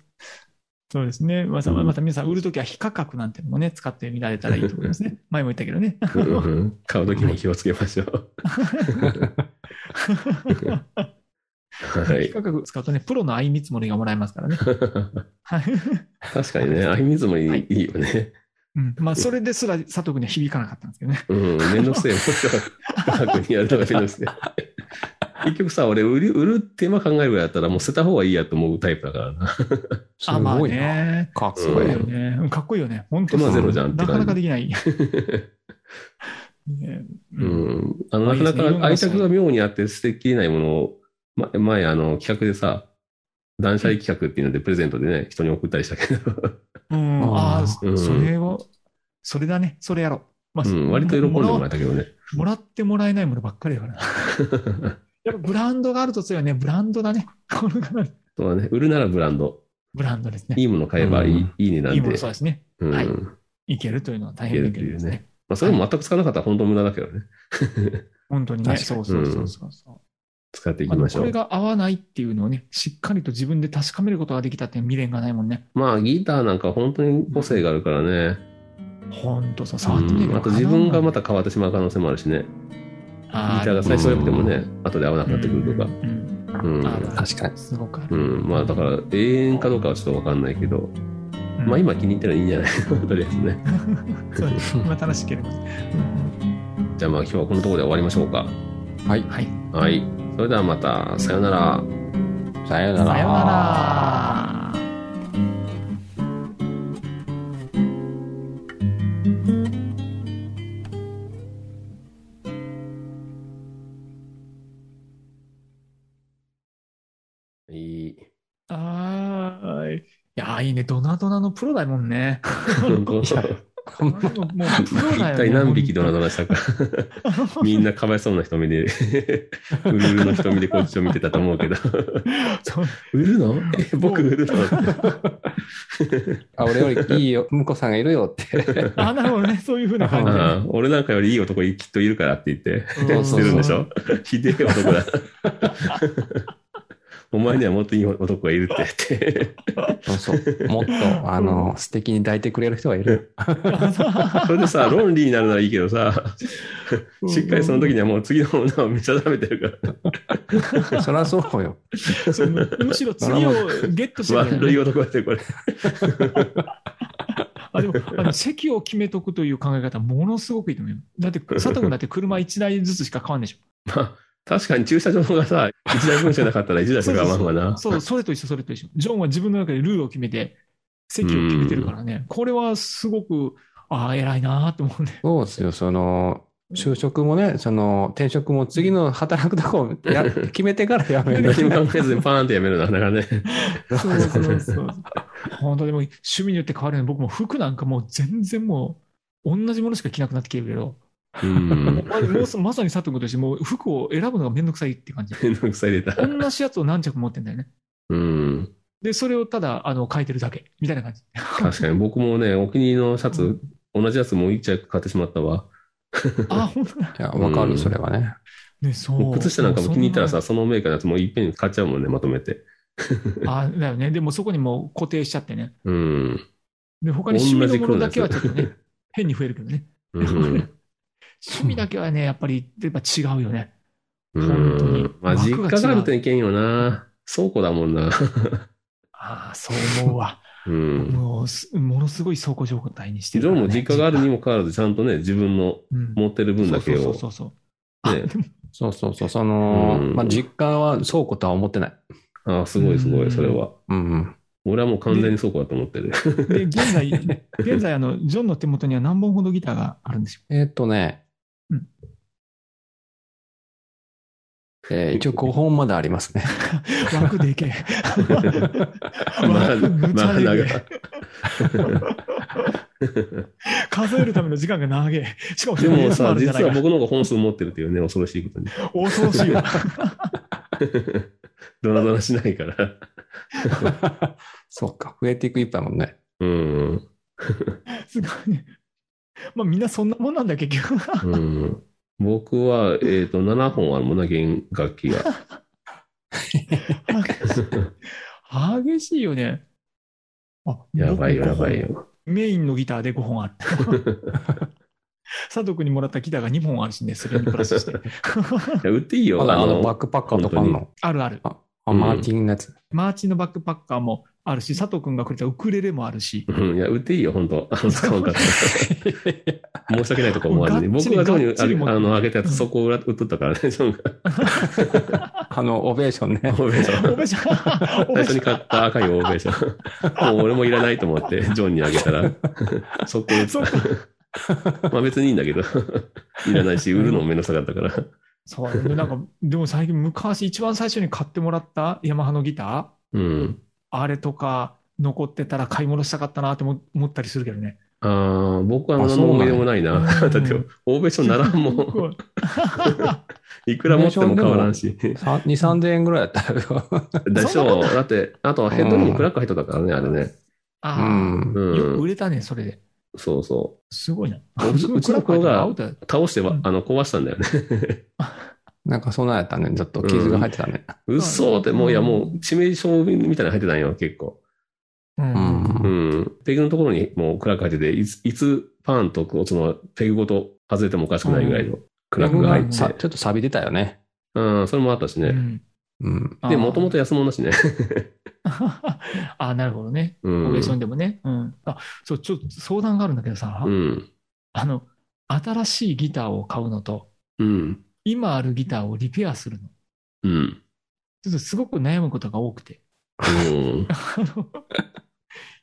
Speaker 3: そうですね。また、
Speaker 2: うん
Speaker 3: また皆さん、売るときは非価格なんてのもね、使ってみられたらいいと思いま
Speaker 2: [laughs]
Speaker 3: すね。前も言ったけどね。
Speaker 2: うんうん買うときも気をつけましょう。 [laughs] は
Speaker 3: 非
Speaker 2: い。
Speaker 3: 価格使うとね、プロの相見積もりがもらえま
Speaker 2: [laughs]
Speaker 3: すからね。はい。
Speaker 2: 確かにね、相水もいいいいよね。
Speaker 3: うん。まあ、それですら佐藤君には響かなかったんですけどね。
Speaker 2: うん、めんどくせえ、もう科学にやるのがめんどくせえ。結局さ、俺売る、売る手間考えるぐらいだったら、もう捨てた方がいいやと思うタイプだからな。
Speaker 4: す
Speaker 3: あ、まあ
Speaker 4: ごいな。
Speaker 3: ね。
Speaker 4: かっこ
Speaker 2: すご
Speaker 3: そう
Speaker 4: い
Speaker 3: だ
Speaker 4: い
Speaker 3: よ。ね。うんかっこいいよね。本当
Speaker 2: まあ
Speaker 3: そう
Speaker 2: ゼロじゃんって
Speaker 3: な
Speaker 2: 感じ
Speaker 3: かなかで
Speaker 2: [laughs]
Speaker 3: きない。ね
Speaker 2: う。ん。あの、
Speaker 3: まあ
Speaker 2: ない
Speaker 3: い
Speaker 2: かな
Speaker 3: ですねいろん
Speaker 2: か
Speaker 3: な
Speaker 2: 愛着が妙にあって捨てきれないものを、ま、前、あの、企画でさ、断捨離企画っていうのでプレゼントでね、人に送ったりしたけど、
Speaker 3: うん、ああ、そ
Speaker 2: うん
Speaker 3: それを、それだね、それやろう。まあ
Speaker 2: うん、割と喜んでもら
Speaker 3: も
Speaker 2: えたけどね。
Speaker 3: もらってもらえないものばっかりだからな。やっぱブランドがあると強いね、ブランドだね。これが
Speaker 2: [laughs] そうだね。売るならブランド。
Speaker 3: ブランドです
Speaker 2: い
Speaker 3: ね。
Speaker 2: いもの買えばいい、
Speaker 4: うん
Speaker 2: いい値段
Speaker 3: いいもの、
Speaker 2: で
Speaker 3: そう。ですね。
Speaker 2: うん。
Speaker 3: はい
Speaker 2: ま
Speaker 3: いけるというのは大変
Speaker 2: いけると
Speaker 3: 勉強
Speaker 2: いう
Speaker 3: ですね。
Speaker 2: あ、それも全く使わなかったら本当無駄だけどね。
Speaker 3: 本当にね。
Speaker 4: 確か
Speaker 3: そ
Speaker 4: に
Speaker 3: うそうそうそうそう。
Speaker 2: 使っていき
Speaker 3: まあでも
Speaker 2: まし
Speaker 3: こ
Speaker 2: ょう
Speaker 3: れ。が合わないっていうのをね、しっかりと自分で確かめることができたって未練がないもんね。
Speaker 2: まあ、ギターなんか本当に個性があるからね。
Speaker 3: ほんとそう、触ってみれ
Speaker 2: うん、
Speaker 3: ば
Speaker 2: あと自分がま
Speaker 3: た
Speaker 2: た変わってしまう可能性もあるしね。ギ
Speaker 3: あ
Speaker 2: ターが最初良くてもね、後で合わなくなってくるとか。
Speaker 3: うん
Speaker 2: うん。
Speaker 3: ある
Speaker 4: 確かに。
Speaker 3: すごくあ
Speaker 2: う
Speaker 3: る。
Speaker 2: ん、まあだから永遠かどうかはちょっとわかんないけど、まあ今気に入ってるのいいんじゃない [laughs] とりあえずね。
Speaker 3: そうです今楽しければ。うん
Speaker 2: じゃあまあ今日はこのところで終わりましょうか。
Speaker 4: はい。
Speaker 3: はい。
Speaker 2: はい。それではまた、さよなら。
Speaker 4: さよう
Speaker 3: さ
Speaker 4: な
Speaker 3: よう
Speaker 4: ら。
Speaker 3: なら。
Speaker 2: いい。
Speaker 3: あーい。いやー、いいね。ドナドナのプロだもん
Speaker 2: [laughs]
Speaker 3: ね。
Speaker 2: 本当
Speaker 4: い
Speaker 3: もう
Speaker 4: や
Speaker 3: プロだよ、ね。
Speaker 2: 一体何匹ドラドラしたか。みんなかわいそうな瞳で、 [laughs] うるうるの瞳でこっちを見てたと思う
Speaker 3: [laughs]
Speaker 2: けど。
Speaker 3: そう
Speaker 2: 売るのえ僕売るの
Speaker 4: [laughs] あ、俺よりいいよ、婿さんがいるよって。
Speaker 3: [laughs] あ、なるほどね。そういうふうな感じでね。
Speaker 2: ああ俺なんかよりいい男きっといるからって言って、
Speaker 3: うん
Speaker 2: してるんでしょ [laughs] ひでえ男だ。 [laughs] お前にはもっといい男がいるって言って。 [laughs]
Speaker 4: そうそう。もっと、あの、素敵に抱いてくれる人がいる。
Speaker 3: [laughs]
Speaker 2: それでさ、論理になるならいいけどさ、しっかりその時にはもう次の女を見定めてるか
Speaker 4: そりゃそうよ。
Speaker 3: そうむむしろ次をゲットして
Speaker 2: ら、
Speaker 3: るんだ
Speaker 2: 悪い
Speaker 3: よね
Speaker 2: 男だってこれ。
Speaker 3: あでもあの席を決めとくという考え方、ものすごくいいと思うよ。だって、佐藤君だって車1台ずつしか買わんでし
Speaker 2: [laughs] 確かに駐車場がさ、一台分じゃなかったら一台しか合わんわな
Speaker 3: ょ。。そう、それと一緒、それと一緒。ジョンは自分の中でルールを決めて、席を決めてるからね、これはすごく、ああ、偉いなと思
Speaker 2: [laughs]
Speaker 3: うね。
Speaker 4: そうですよ。その、就職もね、その、転職も次の働くとこをや [laughs] 決めてからやめる。
Speaker 2: 何も考えずにパーンってやめるな、だからね。
Speaker 3: そうそうそう。本当でも趣味によって変わるよね。僕も服なんかもう全然もう、同じものしか着なくなってきてるけど、
Speaker 2: うん。
Speaker 3: まもうそまさに佐藤君として、もう服を選ぶのがめんどくさいって感じ。
Speaker 2: めんどくさい出た。
Speaker 3: 同じやつを何着持ってんだよね。
Speaker 2: うん。
Speaker 3: で、それをただ、あの、書いてるだけ、みたいな感じ。
Speaker 2: 確かに僕もね、お気に入りのシャツ、同じやつもう一着買ってしまったわ。
Speaker 3: あ、ほんと
Speaker 2: [laughs]
Speaker 3: だ。
Speaker 4: いや、わかる、それはね。
Speaker 3: ね、そ
Speaker 2: も
Speaker 3: う。
Speaker 2: う靴下なんかも気に入ったら
Speaker 3: も
Speaker 2: さ、そのメーカーのやつもういっぺんに買っちゃうもんね、まとめて。
Speaker 3: うそんな。あ、だよね。でもそこにもう固定しちゃってね。
Speaker 2: うん。
Speaker 3: で、他に趣味のものだけはちょっとね、変に増えるけどね。 [laughs]
Speaker 2: うん。
Speaker 3: 趣味だけはね、やっぱり、やっぱ違うよね。
Speaker 2: う
Speaker 3: 本当に
Speaker 2: ん。まあ、実
Speaker 3: 枠が違う
Speaker 2: 家があるといけんよな。倉庫だもんな。
Speaker 3: ああ、そう思うわ。
Speaker 2: うん。
Speaker 3: もうす、ものすごい倉庫状態にして
Speaker 2: ジ
Speaker 3: る
Speaker 2: ョ
Speaker 3: から、
Speaker 2: ン
Speaker 3: ね。
Speaker 2: も実家があるにもかかわらず、ちゃんとね、自分の
Speaker 3: うん、
Speaker 2: 持ってる分だけ
Speaker 3: そう
Speaker 2: を。
Speaker 3: そうそうそう。
Speaker 2: ね
Speaker 3: あ、でも、
Speaker 4: そうそうそう。その、
Speaker 2: うん
Speaker 4: まあ、実家は倉庫とは思ってない。
Speaker 2: ああ、すごいすごい、それは。
Speaker 4: うんうん。
Speaker 2: 俺はもう完全に倉庫だと思ってる。
Speaker 3: で、現在、
Speaker 2: [laughs]
Speaker 3: 現在、あの、ジョンの手元には何本ほどギターがあるんですよ。
Speaker 4: えーっとね
Speaker 3: うん。
Speaker 4: えー一応5本までありますね。 [laughs]
Speaker 3: 枠でけえ。
Speaker 2: [laughs] ま
Speaker 3: [laughs]
Speaker 2: あ、
Speaker 3: 枠むち
Speaker 2: ま
Speaker 3: ゃ
Speaker 2: あ、
Speaker 3: でけえ
Speaker 2: 長い。
Speaker 3: [laughs] 数えるための時間が長え。しかも、
Speaker 2: でもさ、
Speaker 3: そんなやつもあるじゃな
Speaker 2: 実
Speaker 3: い
Speaker 2: は
Speaker 3: か
Speaker 2: 僕の方が本数持ってるっていうね、恐ろしいことに。 [laughs]
Speaker 3: 恐ろしいわ。
Speaker 2: ドラドラしないから。
Speaker 4: そうか、増えていく一杯もんね。
Speaker 2: うん。
Speaker 3: [laughs] すごいね。まあみんなそんなもんなんだ結局。
Speaker 2: うん。僕は、えっ、と、7本あるもんな、弦楽器が。
Speaker 3: 激しいよね。あ
Speaker 2: やばいよ、
Speaker 3: 僕
Speaker 2: やばいよ。
Speaker 3: メインのギターで5本あった。佐藤君にもらったギターが2本あるしね、それにプラ
Speaker 2: [laughs]
Speaker 3: スして。
Speaker 2: いや売っていいよ。
Speaker 4: まだあの、バッ
Speaker 2: の、
Speaker 4: クパッカーとかあんの。
Speaker 3: あるある。
Speaker 4: あ、マーティンのやつ。
Speaker 3: マーチのバックパッカーもあるし、佐藤君がくれたウクレレもあるし。
Speaker 2: うん、いや、売っていいよ、本当あの、使わんかった。
Speaker 3: [laughs]
Speaker 2: 申し訳ないとか思わずに。
Speaker 3: もうがっ
Speaker 2: 僕
Speaker 3: ちり
Speaker 2: がどうに
Speaker 3: がっちり持って
Speaker 2: あの、あげたや
Speaker 3: う
Speaker 2: つ、
Speaker 3: ん
Speaker 2: そこを売ら売っとったからね、ジ [laughs] ョンが。
Speaker 4: あの、オベーションね。
Speaker 2: オベーショ
Speaker 3: お
Speaker 2: ン。[laughs]
Speaker 3: べしゃん、
Speaker 2: 最
Speaker 3: おべ
Speaker 2: 初
Speaker 3: し
Speaker 2: に買った赤いオーベーション。もう俺もいらないと思って、ジョンにあげたら、 [laughs] そこ売っ
Speaker 3: ゃん。そっか
Speaker 2: た。 [laughs] まあ別にいいんだけど、いらないし、売るのも面倒くさかったから。
Speaker 3: そう、でなんか、でも最近、昔、一番最初に買ってもらったヤマハのギター、
Speaker 2: うん。
Speaker 3: あれとか、残ってたら買い戻したかったなって思思ったりするけどね。
Speaker 2: ああ、僕は
Speaker 4: あ
Speaker 2: 何の思い出もないな。
Speaker 3: そうな
Speaker 2: [laughs]
Speaker 3: ん
Speaker 2: だ
Speaker 3: や
Speaker 2: って、オーベーションならんも
Speaker 3: [laughs]
Speaker 2: ん。
Speaker 3: こう
Speaker 2: いくら持っても変わらんし。
Speaker 4: さん2、3000円ぐらいだったよ。
Speaker 2: [laughs] でし
Speaker 3: そんな
Speaker 2: ょ
Speaker 3: こ
Speaker 2: う。だって、あとはヘッドにもクラック入っとったからね、あれね。
Speaker 3: あ
Speaker 4: う
Speaker 3: あ、
Speaker 4: ん。
Speaker 2: う
Speaker 3: よく
Speaker 2: ん。
Speaker 3: 売れたね、それで。
Speaker 2: そうそ
Speaker 3: すごいな。
Speaker 2: うち。うちの子が
Speaker 3: アウトや
Speaker 2: 倒して
Speaker 3: う
Speaker 2: わ
Speaker 3: ん
Speaker 2: あの壊したんだよね。
Speaker 4: なんかそんなんやったね。ちょっと傷が入ってたね。
Speaker 2: 嘘って、もういやもう致命傷みたいなの入ってたんよ、結構。
Speaker 3: う。
Speaker 4: うんん。
Speaker 2: うん。ペグのところにもうクラック入ってて、いつ、いつパーンと、こうその、ペグごと外れてもおかしくないぐらいのクラックが入っ
Speaker 4: さ
Speaker 2: て。
Speaker 4: ちょっと錆びてたよね。
Speaker 2: うん、それもあったし
Speaker 3: う
Speaker 2: ね。
Speaker 3: ん
Speaker 4: うん。
Speaker 2: で、もともと。安物だしね。
Speaker 3: あー [laughs] あー、なるほどね。
Speaker 2: う
Speaker 3: オ
Speaker 2: ん
Speaker 3: ペレーションでもね。うん。あ、そう、ちょっと相談があるんだけどさ
Speaker 2: う、ん。
Speaker 3: あの、新しいギターを買うのと、
Speaker 2: うん。
Speaker 3: 今あるギターをリペアするの。
Speaker 2: うん。
Speaker 3: ちょっとすごく悩むことが多くて。
Speaker 2: うん。
Speaker 3: あの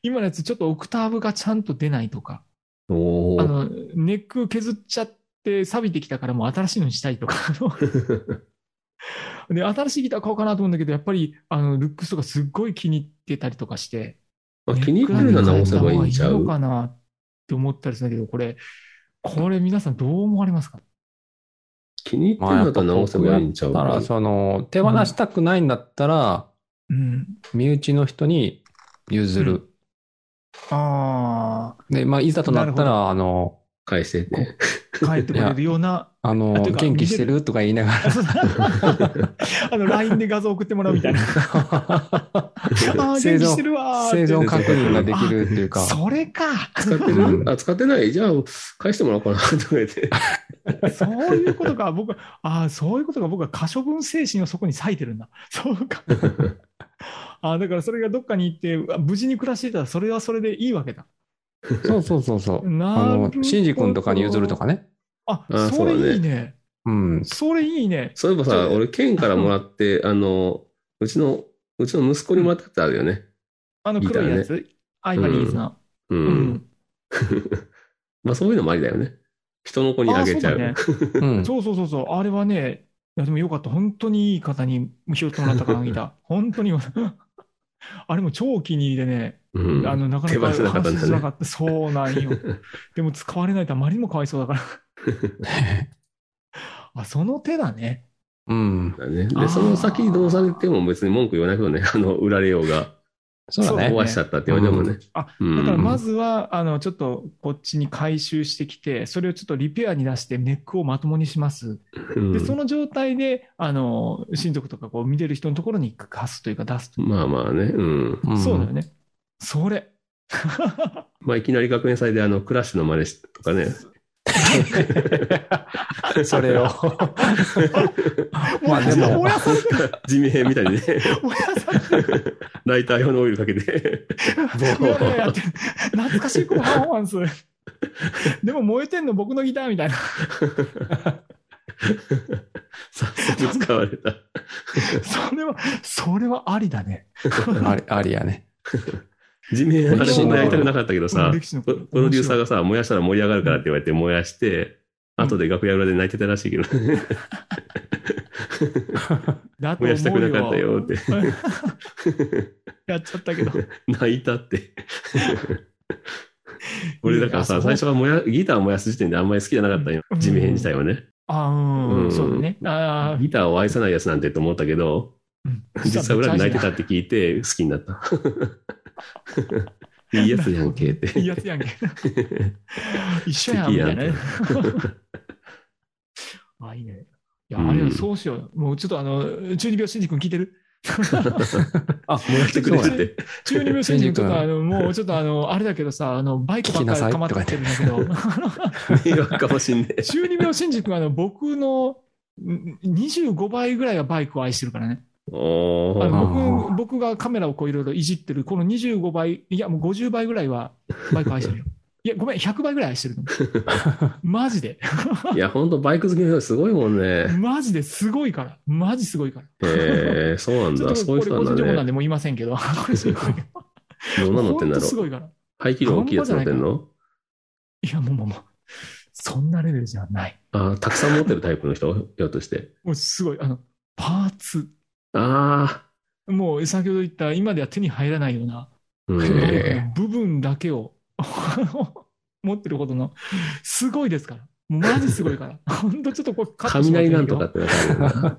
Speaker 3: 今のやつちょっとオクターブがちゃんと出ないとか、
Speaker 2: お
Speaker 3: あ
Speaker 2: ー。
Speaker 3: の、ネック削っちゃって錆びてきたからもう新しいのにしたいと
Speaker 2: [laughs]
Speaker 3: か、あので、新しいギター買おうかなと思うんだけど、やっぱり、あの、ルックスとかすっごい気に入ってたりとかして、
Speaker 2: まあ気に入ってるのは直せばいいんちゃ
Speaker 3: ネッ
Speaker 2: う
Speaker 3: クアップ変えた方がいいのかなって思ったりするんだけど、これ、これ皆さんどう思われますか
Speaker 2: 気に入ってるのだったら直せばいいんちゃう
Speaker 4: だから、その、手放したくないんだったら、
Speaker 3: うん。
Speaker 4: 身内の人に譲る。
Speaker 3: あ
Speaker 4: で、まあ、いざとなったら、あの、
Speaker 2: 返してね。
Speaker 3: あ、帰ってくれるよう
Speaker 2: [laughs]
Speaker 3: な。
Speaker 4: あの、
Speaker 3: あてか
Speaker 4: 元気してるとか言いながら。
Speaker 3: あの、LINE で画像送ってもらう
Speaker 2: [laughs]
Speaker 3: みたいな。 [laughs] ああ、
Speaker 4: 生
Speaker 3: 元気
Speaker 4: 存
Speaker 3: してるわーって
Speaker 4: 生存確認ができるっていうか。
Speaker 3: それか。
Speaker 2: 使って
Speaker 4: う
Speaker 2: る
Speaker 4: ん
Speaker 2: あ、使ってないじゃあ、返してもらおうかな、とか言って。
Speaker 3: そういうことか。僕は、ああ、そういうことか。僕は可処分精神をそこに割いてるんだ。そうか。ああ、だからそれがどっかに行って、うわ無事に暮らしていたら、それはそれでいいわけだ。
Speaker 4: そうそうそうそう。あ
Speaker 3: なるほ
Speaker 4: の
Speaker 3: ど。、
Speaker 4: シンジ君とかに譲るとかね。
Speaker 3: あ、
Speaker 2: あ
Speaker 3: それ
Speaker 2: そうだね
Speaker 3: いいね。
Speaker 4: うん。
Speaker 3: それいいね。
Speaker 2: そういえば
Speaker 3: ちょっ
Speaker 2: さ、
Speaker 3: と
Speaker 2: 俺、県からもらって、
Speaker 3: [laughs]
Speaker 2: あの、うちの、うちの息子にもらったってあるよね。
Speaker 3: あの
Speaker 2: いいだ
Speaker 3: 黒
Speaker 2: ね
Speaker 3: いやつ。アイバリーズの。
Speaker 2: う。。
Speaker 3: うん
Speaker 2: まあ、そういうのもありだよね。人の子にあ
Speaker 3: ああ、そ
Speaker 2: げ
Speaker 3: う
Speaker 2: ちゃ
Speaker 3: だ
Speaker 2: う。
Speaker 3: ね。
Speaker 4: うん。
Speaker 3: そうそうそうそう。あれはね、いやでもよかった。本当にいい方に拾ってもらったから、ギター。本当に。 [laughs] あれも超お気に入りでね、
Speaker 2: うん
Speaker 3: あのなかな
Speaker 2: 手
Speaker 3: か
Speaker 2: 放せ
Speaker 3: 話し
Speaker 2: なかったんだね
Speaker 3: づらかった。そうなんよ。でも使われないとあまりにもかわいそうだから。あ、その手だね。
Speaker 4: [laughs] うん。
Speaker 2: だね。
Speaker 3: あー
Speaker 2: で、その先どうされても別に文句言わないけどね、あの、売られようが、
Speaker 4: そうだね。
Speaker 2: 壊しちゃったって言われてもね。
Speaker 3: あ、
Speaker 2: うん
Speaker 3: だからまずは、あの、ちょっとこっちに回収してきて、それをちょっとリペアに出してネックをまともにします。
Speaker 2: うん
Speaker 3: で、その状態で、あの、親族とかこう見てる人のところに貸すというか出すと。
Speaker 2: まあまあね、うん。
Speaker 4: ん
Speaker 3: そうだよね。それ。
Speaker 2: まあ、いきなり学園祭であの、クラッシュの真似しとか
Speaker 3: [laughs]
Speaker 2: ね。
Speaker 4: それを。まあで
Speaker 3: もう
Speaker 4: も
Speaker 3: 燃、やされてる、
Speaker 2: [laughs] 地味編みたいにね、
Speaker 3: 燃やされてる。
Speaker 2: ライター用のオイルかけて、
Speaker 3: うわうわやってる懐かしいパフォーマンス。でも燃えてんの僕のギターみたいな。
Speaker 2: 早速使われた。
Speaker 3: [laughs] それは、それはありだね。
Speaker 4: あり、ありやね。
Speaker 2: 地面あれそんなやりたくなかったけどさ、
Speaker 3: 歴史の
Speaker 2: ププロデューサーがさ、燃やしたら盛り上がるからって言われて燃やして、
Speaker 3: うん
Speaker 2: 後で楽屋裏で泣いてたらしい
Speaker 3: [laughs]
Speaker 2: けど、
Speaker 3: だ
Speaker 2: 燃
Speaker 3: と思
Speaker 2: やしたくなかった
Speaker 3: うよ。
Speaker 2: よって、
Speaker 3: やっちゃっ
Speaker 2: [laughs]
Speaker 3: たけど。
Speaker 2: 泣いた
Speaker 3: [laughs]
Speaker 2: って。俺だから
Speaker 3: い
Speaker 2: さ、
Speaker 3: やそ
Speaker 2: 最
Speaker 3: う
Speaker 2: 初は燃やギターを燃やす時点であんまり好きじゃなかったんよ
Speaker 3: う。ん
Speaker 2: 地面編自体はね。
Speaker 3: あう、
Speaker 2: うんん
Speaker 3: そうだね。あ
Speaker 2: ギターを愛さないやつなんてと思ったけど、
Speaker 3: あ、
Speaker 2: 実際裏で泣いてた
Speaker 3: め
Speaker 2: って聞いて好きになった。
Speaker 3: [laughs]
Speaker 2: いいやつやんけっ
Speaker 3: っちゃ
Speaker 2: [laughs]
Speaker 3: いい
Speaker 2: て。
Speaker 3: やつやんけ。一緒やん、
Speaker 2: 素敵
Speaker 3: み
Speaker 2: や
Speaker 3: た
Speaker 2: ん
Speaker 3: いなね。 [laughs] あ、いいね。いや、
Speaker 2: うん
Speaker 3: あれよそうしよう。もうちょっとあの、中二病新君聞いてる
Speaker 4: あ、
Speaker 2: 燃やしてくれるって。
Speaker 3: 中二病新人と
Speaker 4: 新
Speaker 3: か、
Speaker 2: [laughs]
Speaker 4: 宿
Speaker 3: あの、もうちょっとあの、あれだけどさ、あの、バイクばっかりかまってるんだけど、
Speaker 2: 迷惑かもしんねえ。
Speaker 3: 中二病新 [laughs] 人君はあの、僕のん25倍ぐらいはバイクを愛してるからね。
Speaker 2: お
Speaker 3: あ
Speaker 2: ー
Speaker 3: の
Speaker 4: あ
Speaker 3: 僕、僕がカメラをこういろいろいじってる、この25倍、いやもう50倍ぐらいはバイク愛してるよ。いや、ごめん、100倍ぐらい愛して
Speaker 2: [laughs]
Speaker 3: るの。マジで。
Speaker 2: いや、ほんとバイク好きの人すごいもんね。
Speaker 3: マジですごいから。マジすごいから。
Speaker 2: えー、そうなん
Speaker 3: ちょっ
Speaker 2: だ。
Speaker 3: と
Speaker 2: そ
Speaker 3: こ
Speaker 2: うい
Speaker 3: れ
Speaker 2: う人
Speaker 3: 個
Speaker 2: な
Speaker 3: 人
Speaker 2: ん
Speaker 3: 情報な
Speaker 2: だ
Speaker 3: ん
Speaker 2: ね。
Speaker 3: でもう言いませ
Speaker 2: [laughs]
Speaker 3: んけど。こ
Speaker 2: どんなの乗ってんだろ
Speaker 3: す
Speaker 2: う。
Speaker 3: ごいから。
Speaker 2: 排気量大きいやつ乗ってんの
Speaker 3: いや、もうもうもう、そんなレベルじゃない。
Speaker 2: あーたくさん持ってるタイプの人ひょっとして。
Speaker 3: もうすごい、あの、パーツ。
Speaker 2: あ
Speaker 3: もう先ほど言った、今では手に入らないような、
Speaker 2: あ、うん。
Speaker 4: へえ
Speaker 3: 部分だけを [laughs] 持ってるほどの、すごいですから。もうマジすごいから。本当ちょっとこれカットしてもらっ
Speaker 2: 雷
Speaker 3: ていい
Speaker 2: なんとかってなったよな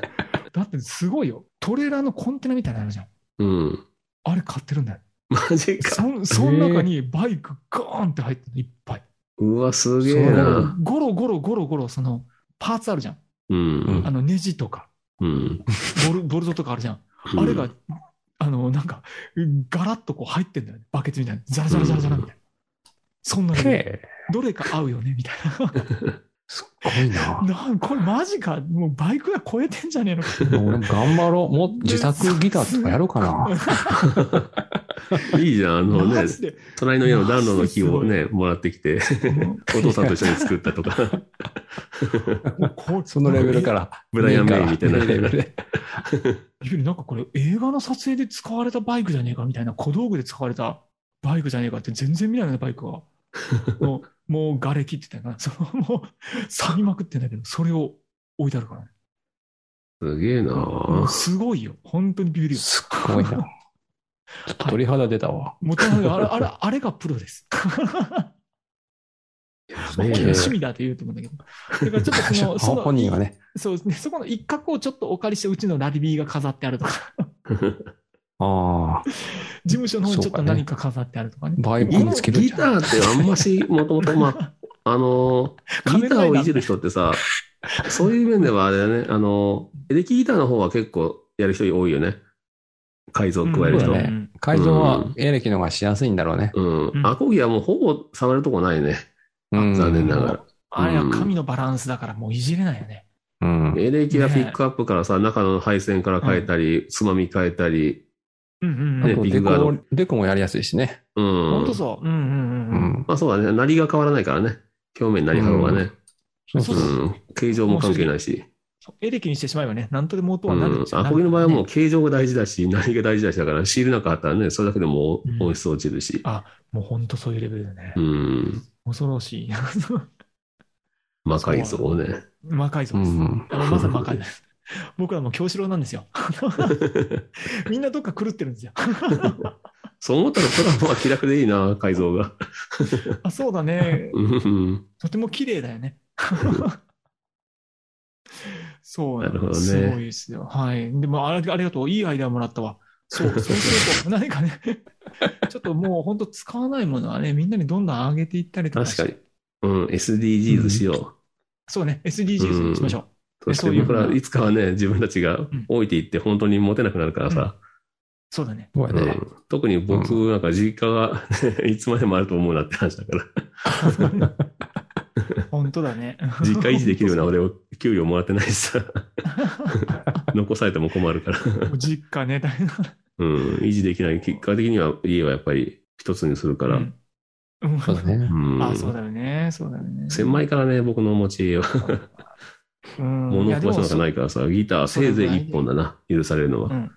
Speaker 3: [laughs] だってすごいよ。トレーラーのコンテナみたいなのあるじゃん。
Speaker 2: うん。
Speaker 3: あれ買ってるんだよ。
Speaker 2: マジか。
Speaker 3: そんその中にバイクゴーンって入ってるのいっぱい。
Speaker 2: うわ、すげえ
Speaker 4: う
Speaker 2: な。
Speaker 3: ゴロゴロゴロゴロ、そのパーツあるじゃん。
Speaker 2: うん。
Speaker 3: あのネジとか、
Speaker 2: うん。
Speaker 3: ボルボルトとかあるじゃん。あれが、あの、なんか、ガラッとこう入ってんだよね。バケツみたいな。ザラザラザラザラみたいな。そんなの
Speaker 4: へえ。
Speaker 3: どれか合うよねみたいな。
Speaker 4: すっごいな。
Speaker 3: なんこれマジか、もうバイクが超えてんじゃねえのか。
Speaker 4: 俺も頑張ろう。もっと自作ギターとかやろうかな。
Speaker 2: うん。いいじゃん。あの
Speaker 3: マ
Speaker 2: ね、
Speaker 3: ジで。
Speaker 2: 隣の家の暖炉の木をね、もらってきて、
Speaker 3: も
Speaker 2: お父さんと一緒に作ったと
Speaker 3: [laughs]
Speaker 2: か、
Speaker 3: うもうこう
Speaker 4: そのレベルか。ら。
Speaker 2: ブライアン・メイみたいな。
Speaker 4: レ
Speaker 3: [laughs]
Speaker 4: ベルで。
Speaker 3: ゆりなんかこれ映画の撮影で使われたバイクじゃねえかみたいな、小道具で使われたバイクじゃねえかって全然見ないよね、バイクは。もう、もう瓦礫って言ったよな。そのもう、錆びまくってんだけど、それを置いてあるからね。
Speaker 2: すげえな
Speaker 3: もうすごいよ。本当にビビるよ。
Speaker 4: すっごいな。ちょっと鳥肌出たわ。
Speaker 3: もともとあれ、あれ、あれがプロです。
Speaker 2: ねえ
Speaker 3: 趣味だって言うと思うんだけど。だからちょっとその、その、
Speaker 4: 本人はね。
Speaker 3: そうですね、そこの一角をちょっとお借りして、うちのラリビーが飾ってあるとか、
Speaker 4: ああ。
Speaker 3: 事務所の方にちょっと何か飾ってあるとかね。
Speaker 4: バイク
Speaker 2: ギ
Speaker 4: につけるん
Speaker 2: ギ
Speaker 4: じゃん。
Speaker 2: ターってあんまし、もともと、まあ、あのー、ギターをいじる人ってさ、そういう面ではあれだね、あのー、エレキギターの方は結構やる人多いよね。改造を加える
Speaker 4: うん
Speaker 2: 人。
Speaker 4: そうだね
Speaker 3: ん
Speaker 4: 改造はエレキの方がしやすいんだろうね。
Speaker 2: ん。アコギはもうほぼ触るとこないね。
Speaker 4: うん
Speaker 2: 残念ながら。
Speaker 3: あれは神のバランスだから、もういじれないよね。
Speaker 4: うん。
Speaker 2: エレキはピックアップからさ、中の配線から変えたり、つまみ変えたり、
Speaker 3: うんうん
Speaker 2: ね
Speaker 3: う
Speaker 4: あ
Speaker 3: ん。
Speaker 4: と
Speaker 2: ビッ
Speaker 4: デ
Speaker 2: グガード
Speaker 4: コ、デコもやりやすいしね。
Speaker 2: うん。
Speaker 3: 本当そう。うんうん
Speaker 4: う
Speaker 3: うん。
Speaker 4: ん。
Speaker 2: まあそうだね。鳴りが変わらないからね。表面に鳴り張ろうがね。
Speaker 4: そう
Speaker 2: う
Speaker 4: そ
Speaker 3: ん
Speaker 4: うそう。
Speaker 2: ん。形状も関係ないし。
Speaker 3: そうエレキにしてしまえばね、なんとでも音
Speaker 2: う
Speaker 3: はなる
Speaker 2: ん
Speaker 3: っ。ちゃ
Speaker 2: アコギの場合はもう
Speaker 3: ね
Speaker 2: 形状が大事だし、鳴りが大事だしだから、シールなんかあったらね、それだけでも
Speaker 3: うん
Speaker 2: 音質落ちるし。
Speaker 3: もう本当そういうレベルだね
Speaker 2: う。ん。
Speaker 3: 恐ろしい。 [laughs]
Speaker 2: 魔改造をね。
Speaker 3: 魔改造
Speaker 4: う
Speaker 3: です。
Speaker 4: ん。
Speaker 3: あのまさに魔改造です。僕らもう京四郎なんです
Speaker 4: [laughs]
Speaker 3: よ。みんなどっか狂ってるんですよ。
Speaker 2: そう思ったら、プラモは気楽でいい
Speaker 3: [laughs]
Speaker 2: な、改造が。
Speaker 3: あ、そうだね。
Speaker 2: うん。
Speaker 3: とても綺麗だよ
Speaker 2: [laughs]
Speaker 3: ね。そうな
Speaker 2: な
Speaker 3: ん
Speaker 2: るほどね
Speaker 3: すごいですよ。はい。でもあり、ありがとう。いいアイデアもらったわ。
Speaker 2: [laughs]
Speaker 3: そう、そうすると、何かね、 [laughs] ちょっともう本当使わないものはね、みんなにどんどん上げていったりとかし
Speaker 2: 確
Speaker 3: て
Speaker 2: かに。うん。SDGs しよう。
Speaker 3: そうね、SDGs にしましょう。
Speaker 2: そし
Speaker 3: そ
Speaker 2: て
Speaker 3: ういう
Speaker 2: 僕
Speaker 3: ふう
Speaker 2: ら
Speaker 3: ない
Speaker 2: つかはね、自分たちが
Speaker 3: ん
Speaker 2: 置いていって本当に持てなくなるからさ、
Speaker 3: そうだね。 [laughs]
Speaker 4: そうや
Speaker 2: う
Speaker 4: ね。
Speaker 2: ん特に僕なんか実家が [laughs] いつまでもあると思うなって話だから、
Speaker 3: [laughs] 本当だね。
Speaker 2: 実家維持できるような俺を給料もらってないしさ、 [laughs] 残されても困るから、
Speaker 3: [laughs] 実家ね、大変だ
Speaker 2: うん、維持できない。結果的には家はやっぱり一つにするか、
Speaker 3: からら。
Speaker 2: う
Speaker 3: うんんうん
Speaker 4: そうだね。
Speaker 3: あ、そうだよね。そうだよね。
Speaker 2: 狭いからね、僕の持ち家は。
Speaker 3: うん。
Speaker 2: 物を壊しなんかないいからさ、ギターせいぜい一本だな、許されるのは。
Speaker 3: や。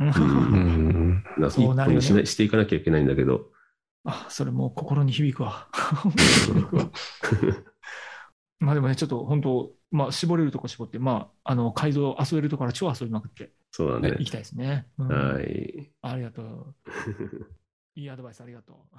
Speaker 3: でもそう
Speaker 2: う
Speaker 3: うん
Speaker 2: ん
Speaker 4: うん。
Speaker 2: な一
Speaker 3: そうなる
Speaker 2: 本
Speaker 3: よね
Speaker 2: にし,、していかなきゃいけないんだけど、 [laughs]
Speaker 3: あ、それもう心に響くわ。響くわまあでもね、ちょっと本当、まあ絞れるとこ絞って、まあ、あの、改造遊べるところから超遊びまくって
Speaker 2: そうだね
Speaker 3: い。きたいですね。うん
Speaker 2: はい。
Speaker 3: ありがとう。いいアドバイスありがとう。